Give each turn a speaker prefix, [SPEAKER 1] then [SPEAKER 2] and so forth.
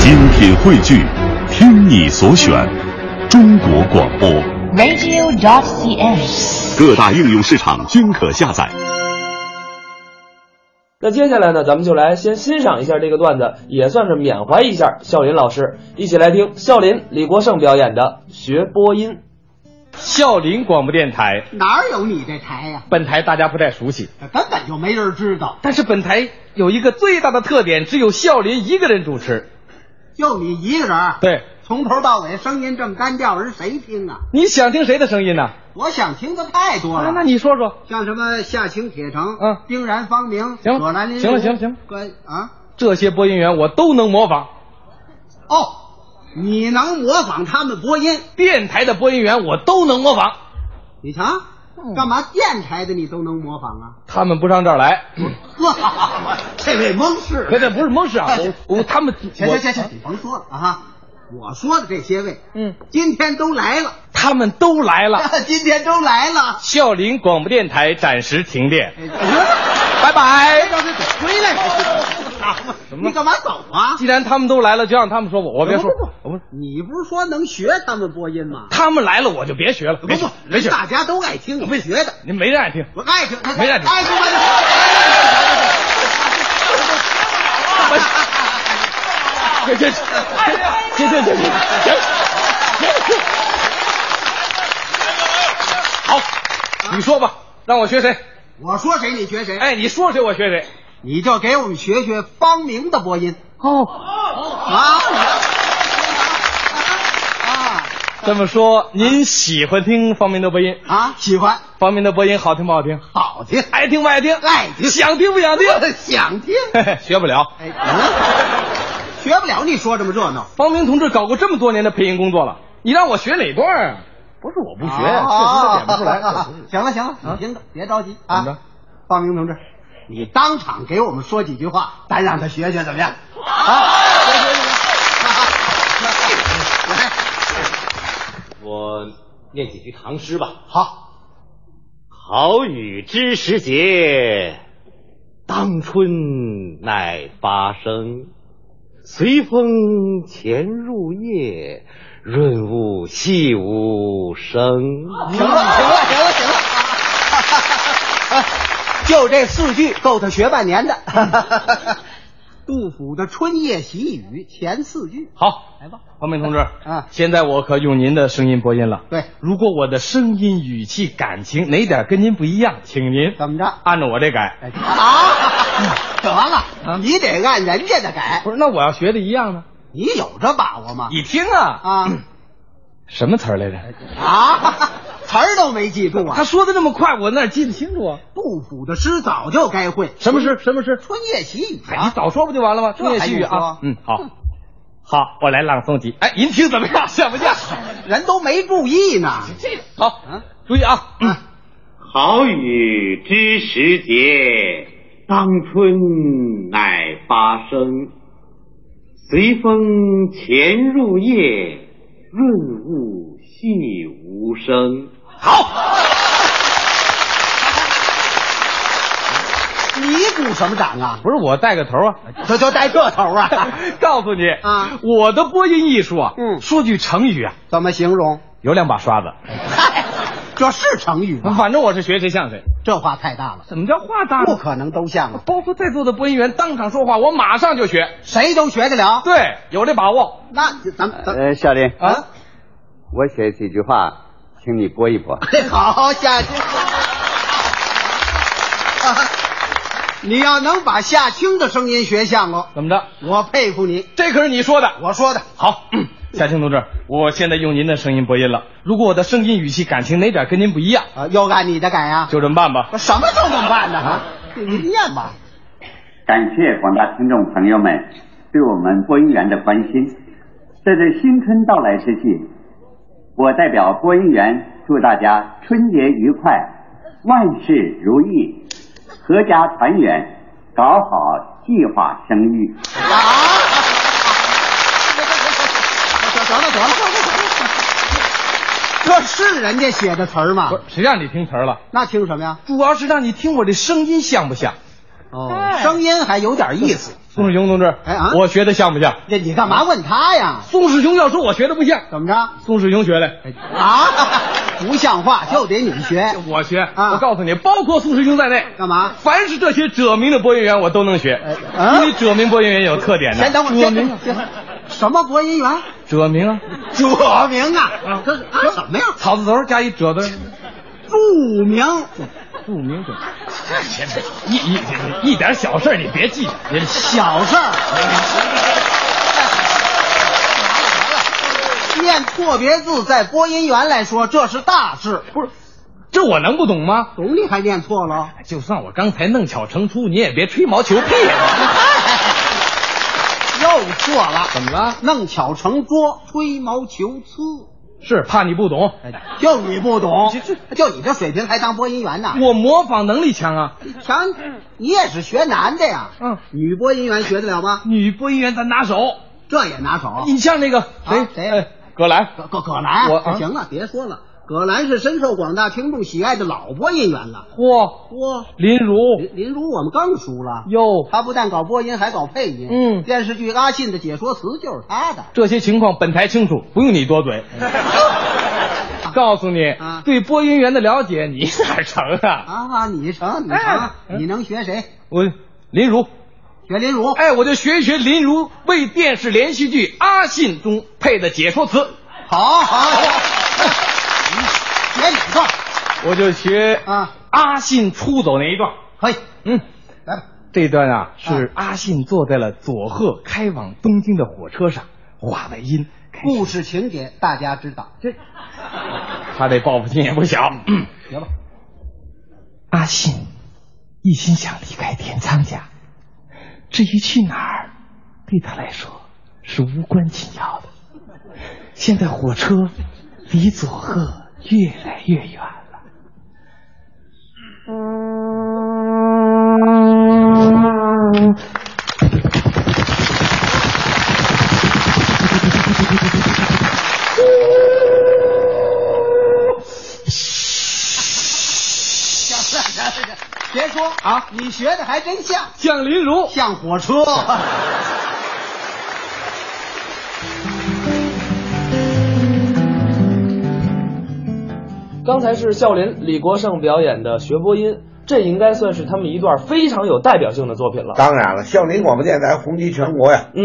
[SPEAKER 1] 精品汇聚，听你所选，中国广播。
[SPEAKER 2] radio.cn。
[SPEAKER 1] 各大应用市场均可下载。
[SPEAKER 3] 那接下来呢，咱们就来先欣赏一下这个段子，也算是缅怀一下笑林老师。一起来听笑林、李国盛表演的学播音。
[SPEAKER 4] 孝林广播电台，
[SPEAKER 5] 哪儿有你这台呀、
[SPEAKER 4] 本台大家不太熟悉，
[SPEAKER 5] 根本就没人知道，
[SPEAKER 4] 但是本台有一个最大的特点，只有孝林一个人主持。
[SPEAKER 5] 就你一个人儿，
[SPEAKER 4] 对，
[SPEAKER 5] 从头到尾声音这么单调，人谁听啊？
[SPEAKER 4] 你想听谁的声音呢？
[SPEAKER 5] 我想听的太多
[SPEAKER 4] 啊，
[SPEAKER 5] 了。
[SPEAKER 4] 那你说说，
[SPEAKER 5] 像什么夏青铁城，
[SPEAKER 4] 嗯
[SPEAKER 5] 冰燃方明，
[SPEAKER 4] 行了
[SPEAKER 5] 葛兰林如，
[SPEAKER 4] 行了行了行了
[SPEAKER 5] 关啊，
[SPEAKER 4] 这些播音员我都能模仿，
[SPEAKER 5] 哦，你能模仿他们播音？
[SPEAKER 4] 电台的播音员我都能模仿，
[SPEAKER 5] 你瞧，
[SPEAKER 4] 嗯
[SPEAKER 5] 干嘛电台的你都能模仿啊？
[SPEAKER 4] 他们不上这儿来。
[SPEAKER 5] 嗯呵，这位蒙氏，
[SPEAKER 4] 不对，不是蒙 氏啊，我我他们，
[SPEAKER 5] 行
[SPEAKER 4] 我
[SPEAKER 5] 行行行，你甭说了啊哈，我说的这些位，
[SPEAKER 4] 嗯，
[SPEAKER 5] 今天都来了，
[SPEAKER 4] 他们都来 了。
[SPEAKER 5] 今天都来了。
[SPEAKER 4] 孝林广播电台暂时停电，
[SPEAKER 5] 哎
[SPEAKER 4] 拜拜。
[SPEAKER 5] 让他走回 来！
[SPEAKER 4] 怎么
[SPEAKER 5] 你干嘛走啊
[SPEAKER 4] 既？然他们都来了，就让他们说我，我别说，我不是，
[SPEAKER 5] 你不是说能学他们播音吗？
[SPEAKER 4] 他们来了我就别学了，
[SPEAKER 5] 不
[SPEAKER 4] 别学
[SPEAKER 5] 不，，
[SPEAKER 4] 别学，
[SPEAKER 5] 大家都爱听，我学的，哎
[SPEAKER 4] 您没人 爱听。
[SPEAKER 5] 我爱听，他
[SPEAKER 4] 没人听
[SPEAKER 5] 爱听我
[SPEAKER 4] 哎这这这这这这这 好，你说吧，让我学谁？
[SPEAKER 5] 就。我说谁你学谁，
[SPEAKER 4] 哎，你说谁我学谁。
[SPEAKER 5] 你就给我们学学方明的播音
[SPEAKER 4] 哦，
[SPEAKER 5] 啊啊
[SPEAKER 4] 这么说您喜欢听方明的播音？
[SPEAKER 5] 啊！喜欢，
[SPEAKER 4] 方明的播音好听不好听？
[SPEAKER 5] 好听，
[SPEAKER 4] 爱听不爱听？
[SPEAKER 5] 爱听
[SPEAKER 4] 想听不想听？
[SPEAKER 5] 想听。
[SPEAKER 4] 嘿嘿学不了。
[SPEAKER 5] 哎，嗯学不了，你说这么热闹，
[SPEAKER 4] 方明同志搞过这么多年的配音工作了，你让我学哪段啊？不是我不
[SPEAKER 5] 啊行了行了，你听着，别着急
[SPEAKER 4] 怎么着
[SPEAKER 5] 啊。方明同志，你当场给我们说几句话，咱让他学学怎么样？啊，学学学学。来，
[SPEAKER 6] 我念几句唐诗吧。
[SPEAKER 5] 好，
[SPEAKER 6] 好雨知时节，当春乃发生。随风潜入夜，润物细无声。
[SPEAKER 5] 行了行了行了行了。就这四句够他学半年的。杜甫的《春夜喜雨》前四句，
[SPEAKER 4] 好，
[SPEAKER 5] 来吧。
[SPEAKER 4] 方明同志
[SPEAKER 5] 啊
[SPEAKER 4] 现在我可用您的声音播音了。
[SPEAKER 5] 对
[SPEAKER 4] 如果我的声音、语气、感情哪点跟您不一样，请您
[SPEAKER 5] 怎么着？
[SPEAKER 4] 按照我这改。
[SPEAKER 5] 哎啊，得了，你得按人家的改
[SPEAKER 4] 不。是，那我要学的一样呢？
[SPEAKER 5] 你有这把握吗？
[SPEAKER 4] 你听啊，
[SPEAKER 5] 啊
[SPEAKER 4] 什么词儿来着？
[SPEAKER 5] 啊， 词儿都没记住
[SPEAKER 4] 他
[SPEAKER 5] 啊！
[SPEAKER 4] 说的那么快，我哪记得清楚啊？
[SPEAKER 5] 杜甫的诗早就该会。
[SPEAKER 4] 什么诗？什么诗？
[SPEAKER 5] 春夜喜雨
[SPEAKER 4] 哎，你
[SPEAKER 5] 啊！
[SPEAKER 4] 早说不就完了吗？
[SPEAKER 5] 这
[SPEAKER 4] 春夜细雨
[SPEAKER 5] 还用
[SPEAKER 4] 啊
[SPEAKER 5] 说。
[SPEAKER 4] 嗯，好，好，我来朗诵几。哎，您听怎么样？像不像？
[SPEAKER 5] 人都没注意呢。
[SPEAKER 4] 好
[SPEAKER 5] 啊，
[SPEAKER 4] 注意啊。嗯
[SPEAKER 6] 好雨知时节，当春乃发生。随风潜入夜，润物细无声。
[SPEAKER 5] 你鼓什么掌啊？
[SPEAKER 4] 不是我带个头啊。
[SPEAKER 5] 这就带这头啊？
[SPEAKER 4] 告诉你
[SPEAKER 5] 啊
[SPEAKER 4] 我的播音艺术啊，
[SPEAKER 5] 嗯
[SPEAKER 4] 说句成语啊，
[SPEAKER 5] 怎么形容？
[SPEAKER 4] 有两把刷子，
[SPEAKER 5] 嗨，这是成语吗？
[SPEAKER 4] 反正我是学谁像谁。
[SPEAKER 5] 这话太大了，
[SPEAKER 4] 怎么叫话大
[SPEAKER 5] 不
[SPEAKER 4] 呢？
[SPEAKER 5] 可能都像啊，
[SPEAKER 4] 包括在座的播音员当场说话，我马上就学。
[SPEAKER 5] 谁都学得了。
[SPEAKER 4] 对，有这把握。
[SPEAKER 5] 那就咱们咱
[SPEAKER 7] 呃，小林，
[SPEAKER 5] 啊，
[SPEAKER 7] 我写几句话，请你播一播。
[SPEAKER 5] 好下去。你要能把夏青的声音学像了，
[SPEAKER 4] 怎么着？
[SPEAKER 5] 我佩服你。
[SPEAKER 4] 这可是你说的。
[SPEAKER 5] 我说的
[SPEAKER 4] 好，夏青同志，我现在用您的声音播音了。如果我的声音、语气、感情哪点跟您不一样，
[SPEAKER 5] 啊，要按你的改啊，
[SPEAKER 4] 就这么办吧。
[SPEAKER 5] 什么都能办的啊，你念吧。
[SPEAKER 7] 感谢广大听众朋友们对我们播音员的关心。在这新春到来之际，我代表播音员祝大家春节愉快，万事如意，阖家团圆，搞好计划生育。
[SPEAKER 5] 啊！得得了得了，这是人家写的词儿吗
[SPEAKER 4] 不？是，谁让你听词儿了？
[SPEAKER 5] 那听什么呀？
[SPEAKER 4] 主要是让你听我这声音像不像？
[SPEAKER 5] 哦，声音还有点意思。
[SPEAKER 4] 宋世雄同志，
[SPEAKER 5] 哎啊
[SPEAKER 4] 我学的像不像？
[SPEAKER 5] 这你干嘛问他呀？
[SPEAKER 4] 宋世雄要说我学的不像，
[SPEAKER 5] 怎么着？
[SPEAKER 4] 宋世雄学的，
[SPEAKER 5] 啊，不像话，就得你学。
[SPEAKER 4] 我学。
[SPEAKER 5] 啊
[SPEAKER 4] 我告诉你，包括宋世雄在内，
[SPEAKER 5] 干嘛？
[SPEAKER 4] 凡是这些者名的播音员，我都能学，
[SPEAKER 5] 啊
[SPEAKER 4] 因为者名播音员有特点的。
[SPEAKER 5] 先等会儿，
[SPEAKER 4] 者
[SPEAKER 5] 先
[SPEAKER 4] 名
[SPEAKER 5] 等，先什么播音员？
[SPEAKER 4] 者名啊，
[SPEAKER 5] 著名啊
[SPEAKER 4] 啊，
[SPEAKER 5] 这啊什么呀？
[SPEAKER 4] 草字头加一者字，
[SPEAKER 5] 著名。
[SPEAKER 4] 不明者。一一一点小事儿你别记着，你
[SPEAKER 5] 小事儿。念错别字，在播音员来说，这是大事。
[SPEAKER 4] 不是，这我能不懂吗？
[SPEAKER 5] 懂你还念错了？
[SPEAKER 4] 就算我刚才弄巧成拙，你也别吹毛求疵呀。
[SPEAKER 5] 又错了，
[SPEAKER 4] 怎么了？
[SPEAKER 5] 弄巧成拙，吹毛求疵。
[SPEAKER 4] 是怕你不懂，
[SPEAKER 5] 就你不懂
[SPEAKER 4] 这这，
[SPEAKER 5] 就你这水平还当播音员呢？
[SPEAKER 4] 我模仿能力强啊。
[SPEAKER 5] 瞧，你也是学男的呀？
[SPEAKER 4] 嗯，
[SPEAKER 5] 女播音员学得了吗？
[SPEAKER 4] 女播音员咱拿手，
[SPEAKER 5] 这也拿手。
[SPEAKER 4] 你像那个哦谁
[SPEAKER 5] 啊谁
[SPEAKER 4] 哎葛兰，
[SPEAKER 5] 葛葛葛兰，
[SPEAKER 4] 我啊
[SPEAKER 5] 行了，别说了，葛兰是深受广大听众喜爱的老播音员了。
[SPEAKER 4] 嚯，
[SPEAKER 5] 哇，
[SPEAKER 4] 林如，
[SPEAKER 5] 林林如我们更熟了。
[SPEAKER 4] 哟，
[SPEAKER 5] 他不但搞播音，还搞配音。
[SPEAKER 4] 嗯
[SPEAKER 5] 电视剧《阿信》的解说词就是他的。
[SPEAKER 4] 这些情况本台清楚，不用你多嘴。 告诉你
[SPEAKER 5] 啊，
[SPEAKER 4] 对播音员的了解你哪儿成啊？
[SPEAKER 5] 啊，你成，你
[SPEAKER 4] 哎
[SPEAKER 5] 成，你能学谁？
[SPEAKER 4] 我林如，
[SPEAKER 5] 学林如。
[SPEAKER 4] 嗯哎，我就学一学林如为电视连续剧《阿信》中配的解说词，嗯
[SPEAKER 5] 好好，你学哪段？
[SPEAKER 4] 我就学
[SPEAKER 5] 啊
[SPEAKER 4] 阿信出走那一段。
[SPEAKER 5] 可以，
[SPEAKER 4] 嗯，
[SPEAKER 5] 来吧。
[SPEAKER 4] 这段啊是
[SPEAKER 5] 啊
[SPEAKER 4] 阿信坐在了佐贺开往东京的火车上，话外音开始
[SPEAKER 5] 故事情节大家知道，这
[SPEAKER 4] 他这报复心也不小。嗯
[SPEAKER 5] 行吧？
[SPEAKER 4] 阿信一心想离开田仓家，至于去哪儿，对他来说是无关紧要的。现在火车离佐贺越来越远了。
[SPEAKER 5] 行了行了行了，别说
[SPEAKER 4] 啊
[SPEAKER 5] 你学的还真像，
[SPEAKER 4] 像林如，
[SPEAKER 5] 像火车。
[SPEAKER 3] 刚才是笑林李国盛表演的学播音，这应该算是他们一段非常有代表性的作品了。
[SPEAKER 2] 当然了，孝林广播电台红极全国呀。
[SPEAKER 3] 嗯，